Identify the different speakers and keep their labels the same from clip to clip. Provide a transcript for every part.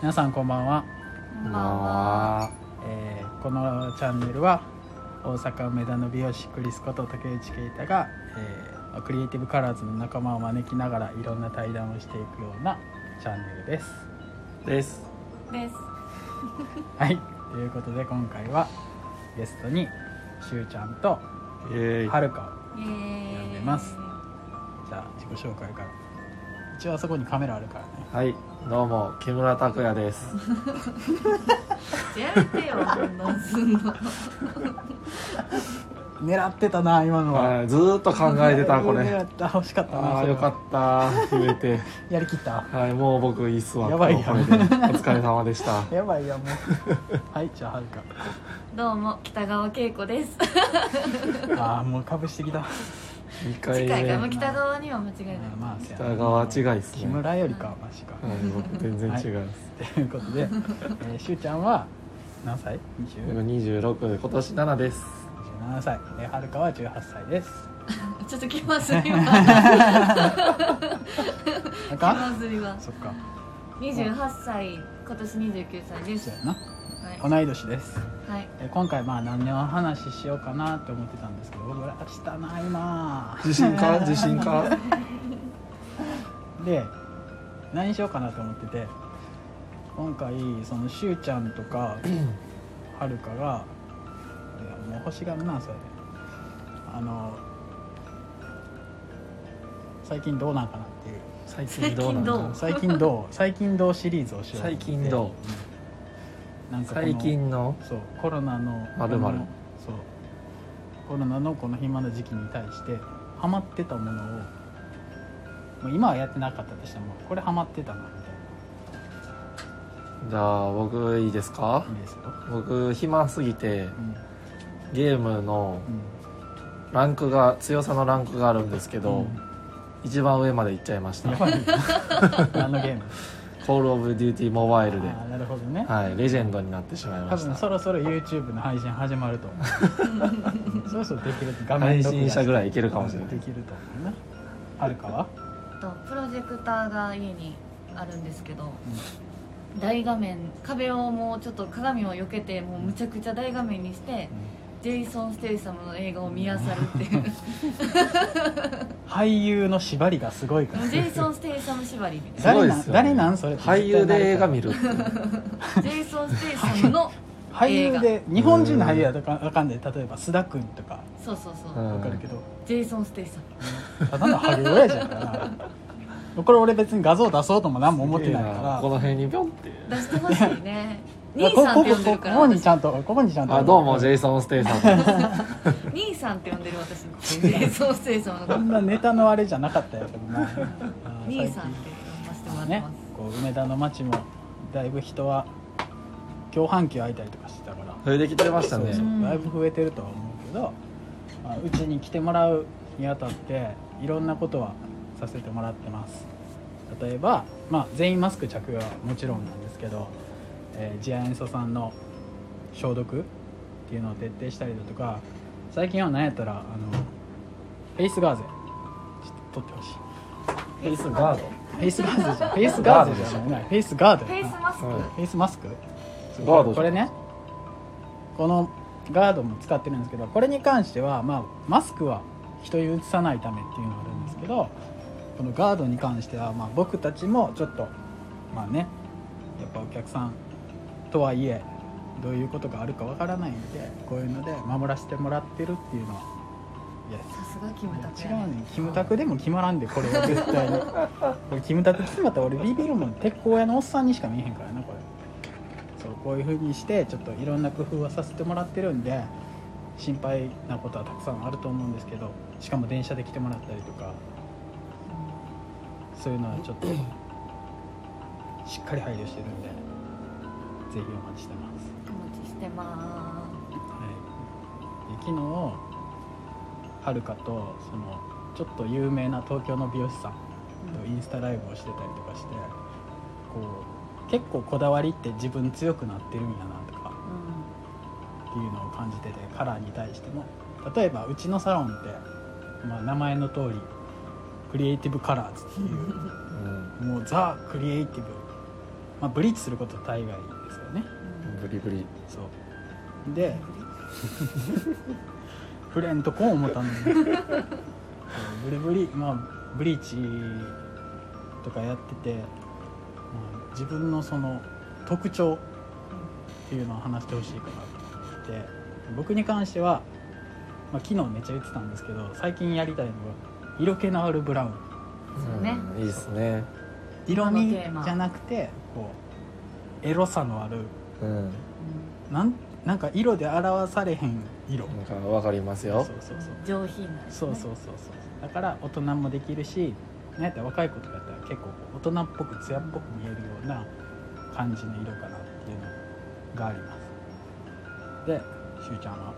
Speaker 1: 皆さんこんばんは、
Speaker 2: こんばんは。
Speaker 1: えーこのチャンネルは大阪梅田の美容師クリスこと竹内圭太が、えークリエイティブカラーズの仲間を招きながらいろんな対談をしていくようなチャンネルです
Speaker 3: です
Speaker 2: です。
Speaker 1: はいということで今回はゲストにしゅうちゃんと
Speaker 3: イエーイ
Speaker 1: はるか
Speaker 2: イエーイ
Speaker 1: やってますをじゃあ自己紹介から一応あそこにカメラあるからね
Speaker 3: はいどうも木村拓哉です
Speaker 2: やめてよ、あんなすんの。
Speaker 1: 狙ってたな今のは、
Speaker 3: はいずーっと考えて たこ
Speaker 1: 狙
Speaker 3: れ
Speaker 1: った欲しかったな
Speaker 3: ああよかった言えて
Speaker 1: たやりきった
Speaker 3: はいもう僕いいっすわ
Speaker 1: やばいや
Speaker 3: これでお疲れ様でした
Speaker 1: やばい やもうはいじゃあはるか
Speaker 2: どうも、北川景子です。
Speaker 1: ああもうかぶしてきた
Speaker 3: 2回
Speaker 2: 次回からも
Speaker 3: 目
Speaker 2: 北川には間違いない。
Speaker 1: まあせやな
Speaker 3: 北川違いっす
Speaker 1: 木
Speaker 3: ねはい
Speaker 1: 村よりかはマシか
Speaker 3: 僕全然違うっす
Speaker 1: ということで、えー、しゅうちゃんは何歳
Speaker 3: 僕
Speaker 1: ?20
Speaker 3: 26で今年7です
Speaker 1: 27歳ではるかは18歳です
Speaker 2: ちょっと気まずい わ。気
Speaker 1: あか
Speaker 2: ま
Speaker 1: ん
Speaker 2: ずいわ。
Speaker 1: そっか
Speaker 2: 二十八歳、今年二十九歳です
Speaker 1: そう。やな
Speaker 2: は
Speaker 1: 同
Speaker 2: い。
Speaker 1: い年です、
Speaker 2: はい。
Speaker 1: えー今回まあ何の話しようかなって思ってたんですけど僕らしたな今
Speaker 3: 自信か自信か
Speaker 1: で何しようかなと思ってて今回そのしゅうちゃんとかはるかがいやもう星がるなそれあの最近どうなんかなっていう
Speaker 3: 最近どうな
Speaker 2: 最近ど
Speaker 3: の
Speaker 2: う
Speaker 1: 最近どう最近ど うシリーズをしようと思
Speaker 3: 最
Speaker 1: って
Speaker 3: 近ど
Speaker 1: うなん
Speaker 3: う
Speaker 1: かこの
Speaker 3: 最近の
Speaker 1: そうコロナの
Speaker 3: まるまる
Speaker 1: このそうコロナのこの暇な時期に対してハマってたものをもう今はやってなかったとしてもこれハマってたなみたい
Speaker 3: じゃあ僕いいですか
Speaker 1: ないいですよ、
Speaker 3: 僕暇すぎて
Speaker 1: うん
Speaker 3: ゲームの
Speaker 1: うん
Speaker 3: ランクが強さのランクがあるんですけど、
Speaker 1: うん
Speaker 3: 一番上まで行っちゃいました
Speaker 1: やばいよ あのゲーム
Speaker 3: コール・オブ・デューティー・モバイルで
Speaker 1: あ、ーなるほどね
Speaker 3: はい、レジェンドになってしまい
Speaker 1: 多
Speaker 3: まし
Speaker 1: 分
Speaker 3: た
Speaker 1: そろそろ YouTube の配信始ま ると思うそろそろできると画面
Speaker 3: 配
Speaker 1: 録画
Speaker 3: 信者ぐら
Speaker 1: い
Speaker 3: いいけるかもしれない
Speaker 1: できると思うなはるかは、
Speaker 2: と、プロジェクターが家にあるんですけど。大画面壁をもうちょっと鏡を避けてもうむちゃくちゃ大画面にしてジェイソン・ステイサムの映画を見あさるって いう
Speaker 1: 俳優の縛りがすごいから
Speaker 2: ジェイソン・ステイサム縛りみたい
Speaker 3: すごいですよ、ね、
Speaker 1: 誰なん誰なんそれ
Speaker 3: 俳優で映画見る
Speaker 2: なジェイソン・ステイサムの
Speaker 1: 俳優で日本人の俳優だとかあかんで例えば須田君とか
Speaker 2: そうそうそう、
Speaker 3: うん
Speaker 1: わかるけど、
Speaker 2: ジェイソン・ステイサム
Speaker 1: ただのハゲ親父やからなこれ俺別に画像出そうとも何も思ってない
Speaker 3: すげえなこ
Speaker 1: か
Speaker 3: の辺にピョンって
Speaker 2: 出してほしいね
Speaker 1: ら
Speaker 2: 兄さんって呼ん
Speaker 1: こ
Speaker 2: で
Speaker 1: こ
Speaker 2: る
Speaker 1: こ
Speaker 2: か
Speaker 1: ここに
Speaker 2: ら
Speaker 1: ちゃんとここにちゃんと
Speaker 3: あどうもジェイソン・ステイさんです
Speaker 2: 兄さんって呼んでる私ジェイソン・ステイサムのこ
Speaker 1: こん
Speaker 2: と
Speaker 1: なネタのあれじゃなかったやけどなあー
Speaker 2: 兄さんって呼ばせてもら
Speaker 1: 最近
Speaker 2: って
Speaker 1: ね
Speaker 2: ます、
Speaker 1: こう梅田の街もだいぶ人は共犯機開いたりとかしてたから
Speaker 3: それで来てました
Speaker 1: そう
Speaker 3: ね
Speaker 1: そう
Speaker 2: うん
Speaker 1: だいぶ増えてるとは思うけど、まあ、うちに来てもらうにあたっていろんなことはさせてもらってます例えば、まあ、全員マスク着用はもちろんなんですけど、えー、次亜塩素酸の消毒っていうのを徹底したりだとか最近は何やったらあのフェイスガーゼちょっと取ってほしい
Speaker 3: フェイスガー
Speaker 1: フェイスガーゼじゃんフェイスガーゼじゃないフェイスガード
Speaker 2: フェイスマスク、
Speaker 3: うん
Speaker 1: フェイスマスク
Speaker 3: ドガード
Speaker 1: これねこのガードも使ってるんですけどこれに関しては、まあ、マスクは人にうつさないためっていうのがあるんですけどこのガードに関しては、まあ、僕たちもちょっとまあねやっぱお客さんとはいえどういうことがあるかわからないんでこういうので守らせてもらってるっていうのはいや
Speaker 2: さすがキムタク
Speaker 1: 違
Speaker 2: や
Speaker 1: うね
Speaker 2: ね
Speaker 1: んキムタクでも決まらんでこれは絶 対に俺キムタク決まったら俺ビビるもん鉄鋼屋のおっさんにしか見えへんからなこれそうこういうふうにしてちょっといろんな工夫はさせてもらってるんで心配なことはたくさんあると思うんですけどしかも電車で来てもらったりとかそういうのはちょっとしっかり配慮してるんでぜひお待ちしてます
Speaker 2: お待ちしてま
Speaker 1: はい、で昨日はるかとそのちょっと有名な東京の美容師さんとインスタライブをしてたりとかしてこう結構こだわりって自分強くなってるんやなとか
Speaker 2: す、う
Speaker 1: っ
Speaker 2: ん
Speaker 1: ていうのを感じててカラーに対しても例えばうちのサロンって、まあ、名前の通りクリエイティブカラーズっていう
Speaker 3: ド、うん
Speaker 1: もうザ・クリエイティブまあ、ブリーチすること大概ですよね
Speaker 2: うん
Speaker 3: ブリブリ
Speaker 1: そうでフレンとコーン思ったんだよそうブリブリまあブリーチとかやってて、まあ、自分のその特徴っていうのを話してほしいかなと思って僕に関しては、まあ、昨日めっちゃ言ってたんですけど最近やりたいのが色気のあるブラウン
Speaker 2: そうね
Speaker 3: うんいいですね
Speaker 1: 色
Speaker 2: この
Speaker 1: 味
Speaker 2: テーマ
Speaker 1: じゃなくてこうエロさのある
Speaker 3: うん
Speaker 1: なんなんか色で表されへん色
Speaker 3: なんかわかります
Speaker 1: そう
Speaker 3: よ
Speaker 1: そうそう
Speaker 2: 上品な、ね、
Speaker 1: そうそうそうそうだから大人もできるしなんやったら若い子とかやったら結構こう大人っぽく艶っぽく見えるような感じの色かなっていうのがありますでしゅうちゃんは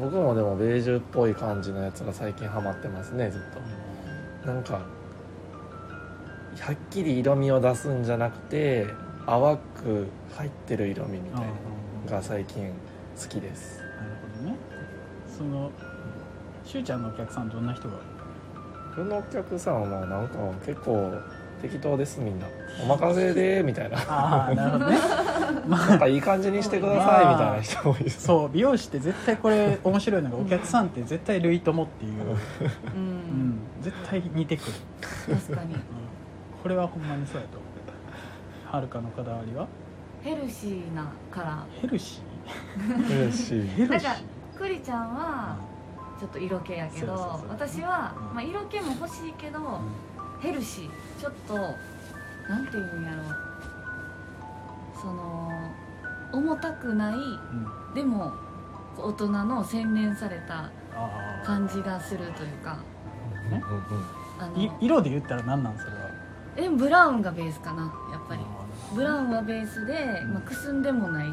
Speaker 3: 僕もでもベージュっぽい感じのやつが最近ハマってますねずっとなんかはっきり色味を出すんじゃなくて淡く入ってる色味みたいなのが最近好きです
Speaker 1: なるほどねそのしゅうちゃんのお客さんどんな人が
Speaker 3: 僕のお客さんはまあなんか結構適当ですみんなお任せでみたいな
Speaker 1: ああなるほどね
Speaker 3: なんかいい感じにしてくださいみたいな人多いです
Speaker 1: そう美容師って絶対これ面白いのがお客さんって絶対類友っていう、
Speaker 2: う、
Speaker 1: うんん、絶対似てくる、
Speaker 2: 確かに
Speaker 1: うんこれはほんまにそうやと思うはるかのこだわりは
Speaker 2: ヘルシーなから
Speaker 1: ヘルシ
Speaker 3: 嬉し
Speaker 1: ー
Speaker 3: い
Speaker 1: ヘルシ
Speaker 2: なん
Speaker 1: ー
Speaker 2: かクリちゃんはちょっと色気やけ
Speaker 1: そ
Speaker 2: ど
Speaker 1: うそうそう
Speaker 2: 私は、
Speaker 1: うん
Speaker 2: まあ、色気も欲しいけど、
Speaker 1: うん
Speaker 2: ヘルシーちょっとなんていうんやろうその重たくない
Speaker 1: うん
Speaker 2: でも大人の洗練された
Speaker 1: ああ
Speaker 2: 感じがするというか
Speaker 1: ね
Speaker 2: あの
Speaker 1: い色で言ったら何なんそれは
Speaker 2: えブラウンがベースかなやっぱりブラ
Speaker 1: ン
Speaker 2: ウンはベースで、まあ、くすんでもないし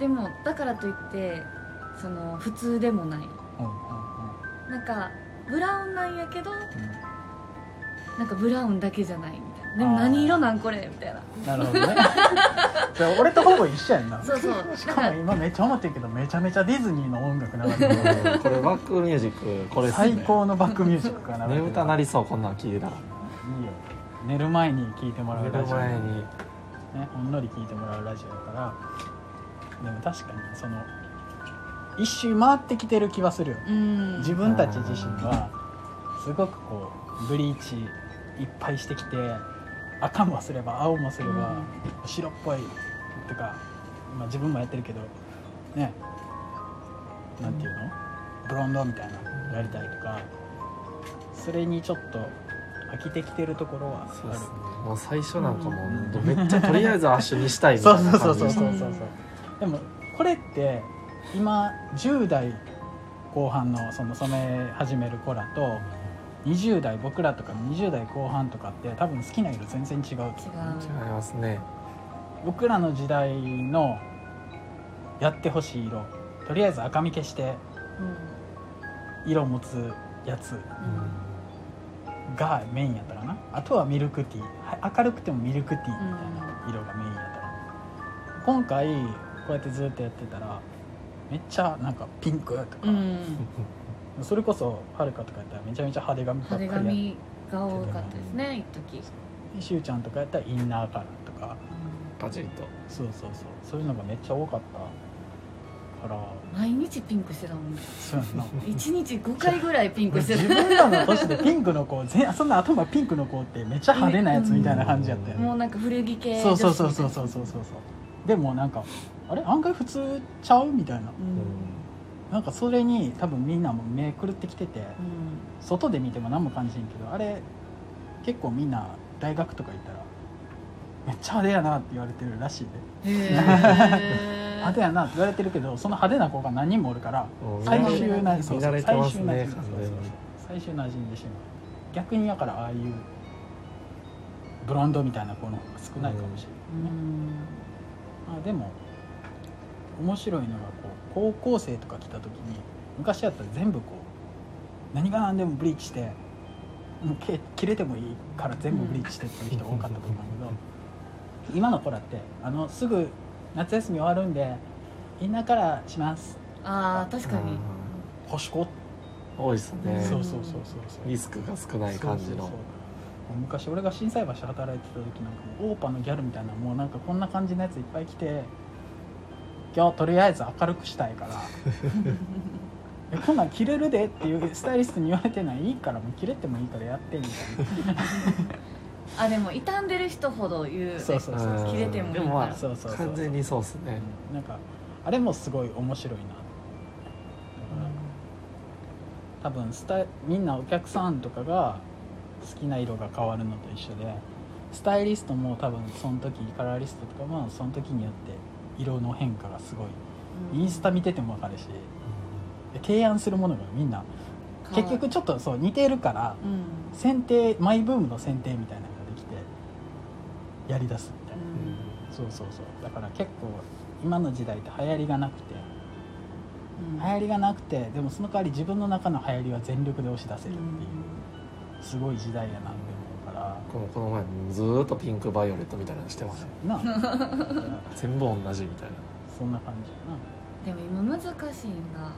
Speaker 2: でもだからといってその普通でもない
Speaker 1: うんうん
Speaker 2: なんかブラウンなんやけど
Speaker 1: うん
Speaker 2: なんかブラウンだけじゃないみたいなでも
Speaker 1: あー
Speaker 2: 何色なんこれみたいな
Speaker 1: うんなるほどねじゃあ俺とほぼ一緒やんな
Speaker 2: そうそう
Speaker 1: し
Speaker 2: だ
Speaker 1: か
Speaker 2: から
Speaker 1: も今めっちゃ思ってるけどめちゃめちゃディズニーの音楽流れてる
Speaker 3: うんこれバックミュージックこれっすね
Speaker 1: 最高のバックミュージックが流れて
Speaker 3: ね
Speaker 1: る
Speaker 3: ぶたなりそうこんなん聞いてたら
Speaker 1: いいよ寝る前に聴いてもらう
Speaker 3: 寝
Speaker 1: ラ
Speaker 3: る
Speaker 1: ジオ
Speaker 3: 前に
Speaker 1: ね、ほんのり聞いてもらうラジオだからでも確かにその一周回ってきてる気はするよね、
Speaker 2: うん
Speaker 1: 自分たち自身はすごくこうブリーチいっぱいしてきて赤もすれば青もすれば白っぽいってか、まあ、自分もやってるけどねなんていうのブロンドみたいなのやりたいとかそれにちょっと飽きてきてるところはある
Speaker 3: そうですねもう最初なんかもうめっちゃとりあえずアッシュにしたいみ
Speaker 1: そう
Speaker 3: たい
Speaker 1: そ
Speaker 3: な
Speaker 1: うそ
Speaker 3: 感
Speaker 1: う
Speaker 3: じ
Speaker 1: そう
Speaker 3: で
Speaker 1: そう
Speaker 3: し
Speaker 1: そ
Speaker 3: た
Speaker 1: うそうでもこれって今10代後半のその染め始める子らと20代僕らとか20代後半とかって多分好きな色全然違う
Speaker 2: 違う
Speaker 3: 違いますね
Speaker 1: 僕らの時代のやってほしい色とりあえず赤み消して
Speaker 2: うん
Speaker 1: 色持つやつがメインやったかなあとはミルクティーは明るくてもミルクティーみたいな色がメインやったかな今回こうやってずっとやってたらめっちゃなんかピンクとか、
Speaker 2: うん、うん
Speaker 1: それこそはるかとかやったらめちゃめちゃ派手髪ばっか
Speaker 2: 派
Speaker 1: り
Speaker 2: 手
Speaker 1: やって
Speaker 2: 髪が多かったですね一時
Speaker 1: しゅうちゃんとかやったらインナーカラーとか
Speaker 3: パチリと
Speaker 1: そうそうそうそういうのがめっちゃ多かったから
Speaker 2: 毎日ピンクしてたもんね
Speaker 1: そうやんな
Speaker 2: 1日5回ぐらいピンクして
Speaker 1: 自
Speaker 2: た
Speaker 1: 分らの年でピンクの子全そんな頭ピンクの子ってめっちゃ派手なやつみたいな感じやったよね
Speaker 2: もうなんか古着系
Speaker 1: そう
Speaker 2: 女子
Speaker 1: そうそうそうそうそうそうそうでもなんかあれ案外普通ちゃうみたいな
Speaker 2: うん
Speaker 1: なんかそれに多分みんなも目狂ってきてて
Speaker 2: うん
Speaker 1: 外で見ても何も感じへんけどあれ結構みんな大学とか行ったらめっちゃ派手やなって言われてるらしいで
Speaker 2: へえ
Speaker 1: 派手やなって言われてるけどその派手な子が何人もおるから
Speaker 3: うん
Speaker 1: 最
Speaker 2: 初
Speaker 1: 終なそう
Speaker 3: 見
Speaker 1: そ
Speaker 3: 慣
Speaker 1: う
Speaker 3: れて
Speaker 1: 最
Speaker 3: ます
Speaker 1: 終な
Speaker 3: ね
Speaker 1: じみ
Speaker 3: 完
Speaker 1: そうそう
Speaker 3: 全
Speaker 1: そう
Speaker 3: に
Speaker 1: 最終なじんでしまう逆にだからああいうブランドみたいな子の方が少ないかもしれない、
Speaker 2: うん
Speaker 1: あでも面白いのがこう高校生とか来た時に昔やったら全部こう何が何でもブリーチしてもうけ切れてもいいから全部ブリーチしてっていう人多かったと思うんだけど今の子らってあのすぐ夏休み終わるんでインナーからします
Speaker 2: ああ確かに
Speaker 1: 星子、
Speaker 3: 多いですね
Speaker 1: そうそうそうそうそう
Speaker 3: リスクが少ない感じの
Speaker 1: そうそう昔俺が心斎橋働いてた時なんかもうオーパのギャルみたいなもうなんかこんな感じのやついっぱい来て今日とりあえず明るくしたいから えこんなん着れるでっていうスタイリストに言われてないいいからもう着れてもいいからやってみたい
Speaker 2: あでも傷んでる人ほど言うね
Speaker 1: なそうそうそうそううん
Speaker 2: 切れてもいい
Speaker 3: でもまあ
Speaker 2: から
Speaker 1: そうそうそう
Speaker 3: 完全にそうっすね、
Speaker 1: うんなんかあれもすごい面白いなだから多分スタイみんなお客さんとかが好きな色が変わるのと一緒でスタイリストも多分その時カラーリストとかもその時によって色の変化がすごい
Speaker 2: うん
Speaker 1: インスタ見てても分かるしで提案するものがみんな結局ちょっとそう似てるから
Speaker 2: うん
Speaker 1: 選定マイブームの選定みたいなのができてやりだすみたいな。そうそうそうだから結構今の時代って流行りがなくて
Speaker 2: うん
Speaker 1: 流行りがなくてでもその代わり自分の中の流行りは全力で押し出せるっていうすごい時代やなって思うから
Speaker 3: このこの前ずーっとピンクバイオレットみたいなのしてました
Speaker 1: なあ
Speaker 3: 全部同じみたいな
Speaker 1: そんな感じやな
Speaker 2: でも今難しいんが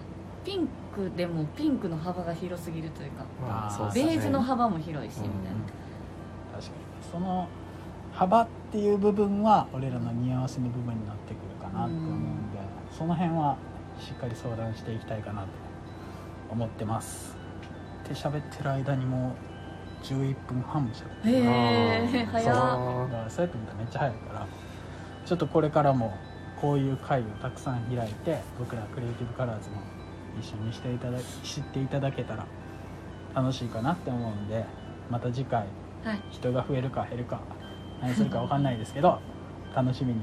Speaker 2: ピンクでもピンクの幅が広すぎるというか
Speaker 1: あー
Speaker 3: そうっす
Speaker 2: ベ
Speaker 3: ね
Speaker 2: ージュの幅も広いし
Speaker 3: う
Speaker 2: み
Speaker 3: ん
Speaker 2: たいな
Speaker 1: 確かにその幅っていう部分は俺らの似合わせの部分になってくるかなって思うんでその辺はしっかり相談していきたいかなと思ってますって喋ってる間にもう11分半も喋って
Speaker 2: へえ
Speaker 3: あー
Speaker 2: 早っ
Speaker 1: だからそうやって見たらめっちゃ早いからちょっとこれからもこういう会をたくさん開いて僕らクリエイティブカラーズも一緒にしていただ知っていただけたら楽しいかなって思うんでまた次回
Speaker 2: はい
Speaker 1: 人が増えるか減るか何するか分かんないですけど 楽しみに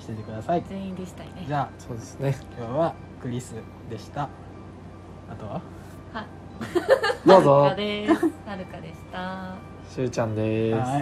Speaker 1: しててください
Speaker 2: 全員でしたいね
Speaker 1: じゃあ
Speaker 3: そうですね
Speaker 1: 今日はクリスでしたあとは
Speaker 2: は
Speaker 3: どう
Speaker 2: はる
Speaker 3: ぞ
Speaker 2: かですはるかでした
Speaker 3: しゅうちゃんです
Speaker 1: はい